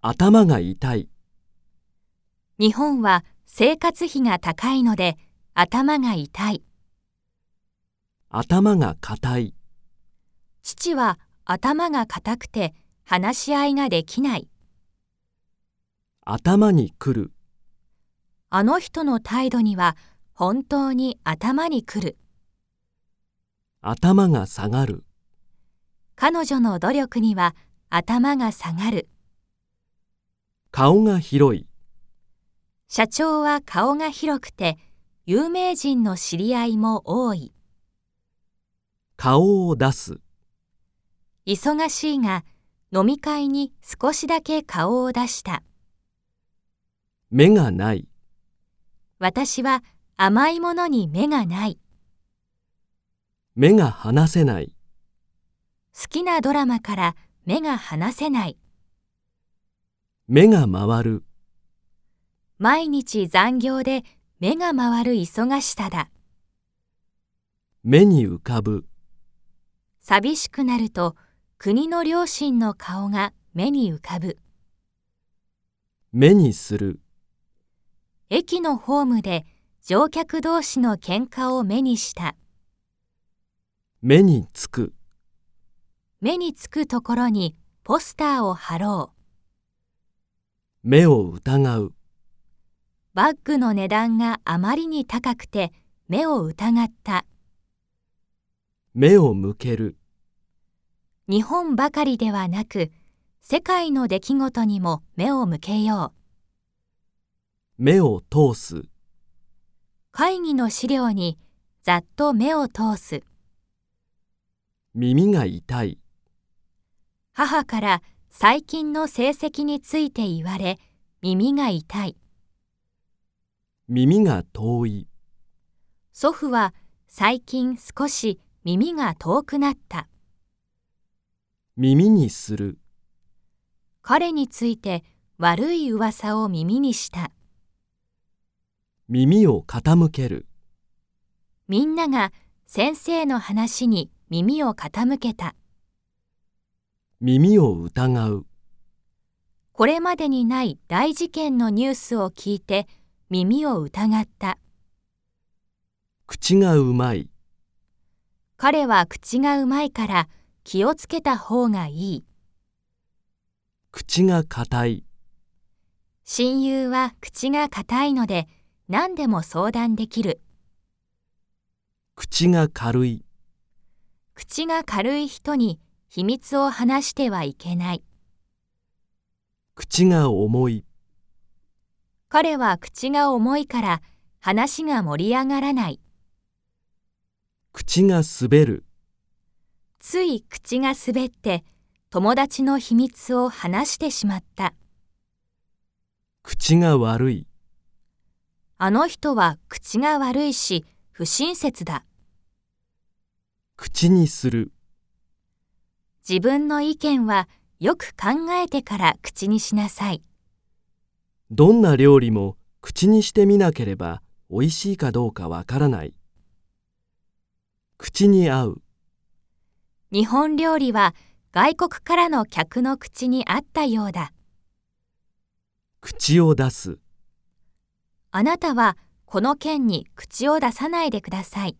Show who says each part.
Speaker 1: 頭が痛い、
Speaker 2: 日本は生活費が高いので頭が痛い。
Speaker 1: 頭が硬い、
Speaker 2: 父は頭が硬くて話し合いができない。
Speaker 1: 頭に来る、
Speaker 2: あの人の態度には本当に頭にくる。
Speaker 1: 頭が下がる、
Speaker 2: 彼女の努力には頭が下がる。
Speaker 1: 顔が広い、
Speaker 2: 社長は顔が広くて有名人の知り合いも多い。
Speaker 1: 顔を出す、
Speaker 2: 忙しいが飲み会に少しだけ顔を出した。
Speaker 1: 目がない、
Speaker 2: 私は甘いものに目がない。
Speaker 1: 目が離せない、
Speaker 2: 好きなドラマから目が離せない。
Speaker 1: 目が回る、
Speaker 2: 毎日残業で目が回る忙しさだ。
Speaker 1: 目に浮かぶ、
Speaker 2: 寂しくなると国の両親の顔が目に浮かぶ。
Speaker 1: 目にする、
Speaker 2: 駅のホームで乗客同士の喧嘩を目にした。
Speaker 1: 目につく、
Speaker 2: 目につくところにポスターを貼ろう。
Speaker 1: 目を疑う、
Speaker 2: バッグの値段があまりに高くて目を疑った。
Speaker 1: 目を向ける、
Speaker 2: 日本ばかりではなく、世界の出来事にも目を向けよう。
Speaker 1: 目を通す、
Speaker 2: 会議の資料にざっと目を通す。
Speaker 1: 耳が痛い、
Speaker 2: 母から最近の成績について言われ、耳が痛い。
Speaker 1: 耳が遠い、
Speaker 2: 祖父は最近少し耳が遠くなった。
Speaker 1: 耳にする、
Speaker 2: 彼について悪い噂を耳にした。
Speaker 1: 耳を傾ける、
Speaker 2: みんなが先生の話に耳を傾けた。
Speaker 1: 耳を疑う、
Speaker 2: これまでにない大事件のニュースを聞いて耳を疑った。
Speaker 1: 口がうまい、
Speaker 2: 彼は口がうまいから気をつけた方がいい。
Speaker 1: 口が硬い、
Speaker 2: 親友は口が硬いので何でも相談できる。
Speaker 1: 口が軽い、
Speaker 2: 口が軽い人に秘密を話してはいけない。
Speaker 1: 口が重い、
Speaker 2: 彼は口が重いから話が盛り上がらない。
Speaker 1: 口が滑る、
Speaker 2: つい口が滑って友達の秘密を話してしまった。
Speaker 1: 口が悪い、
Speaker 2: あの人は口が悪いし不親切だ。
Speaker 1: 口にする、
Speaker 2: 自分の意見はよく考えてから口にしなさい。
Speaker 1: どんな料理も口にしてみなければ美味しいかどうかわからない。口に合う、
Speaker 2: 日本料理は外国からの客の口に合ったようだ。
Speaker 1: 口を出す。
Speaker 2: あなたはこの件に口を出さないでください。